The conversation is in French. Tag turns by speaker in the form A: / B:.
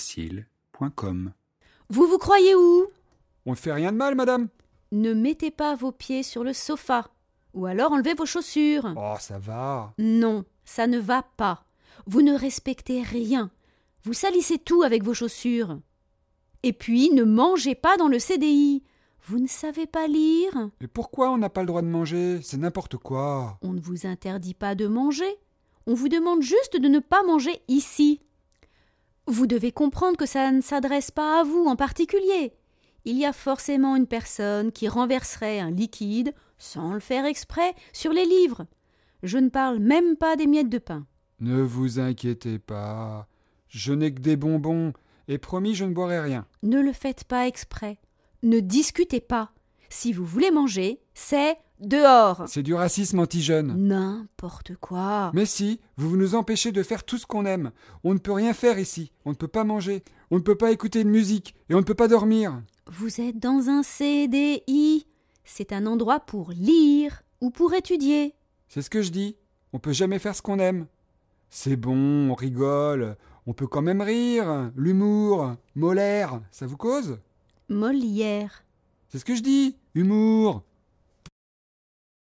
A: podcastfrancaisfacile.com.
B: Vous vous croyez où
C: On ne fait rien de mal, madame
B: Ne mettez pas vos pieds sur le sofa. Ou alors enlevez vos chaussures.
C: Oh, ça va
B: Non, ça ne va pas. Vous ne respectez rien. Vous salissez tout avec vos chaussures. Et puis, ne mangez pas dans le CDI. Vous ne savez pas lire.
C: Mais pourquoi on n'a pas le droit de manger C'est n'importe quoi
B: On ne vous interdit pas de manger. On vous demande juste de ne pas manger ici. Vous devez comprendre que ça ne s'adresse pas à vous en particulier. Il y a forcément une personne qui renverserait un liquide, sans le faire exprès, sur les livres. Je ne parle même pas des miettes de pain.
C: Ne vous inquiétez pas. Je n'ai que des bonbons, et promis, je ne boirai rien.
B: Ne le faites pas exprès. Ne discutez pas. Si vous voulez manger, c'est dehors.
C: C'est du racisme anti-jeune.
B: N'importe quoi.
C: Mais si, vous nous empêchez de faire tout ce qu'on aime. On ne peut rien faire ici. On ne peut pas manger. On ne peut pas écouter de musique. Et on ne peut pas dormir.
B: Vous êtes dans un CDI. C'est un endroit pour lire ou pour étudier.
C: C'est ce que je dis. On peut jamais faire ce qu'on aime. C'est bon, on rigole. On peut quand même rire. L'humour. Molaire. Ça vous cause
B: Molière.
C: C'est ce que je dis. Humour.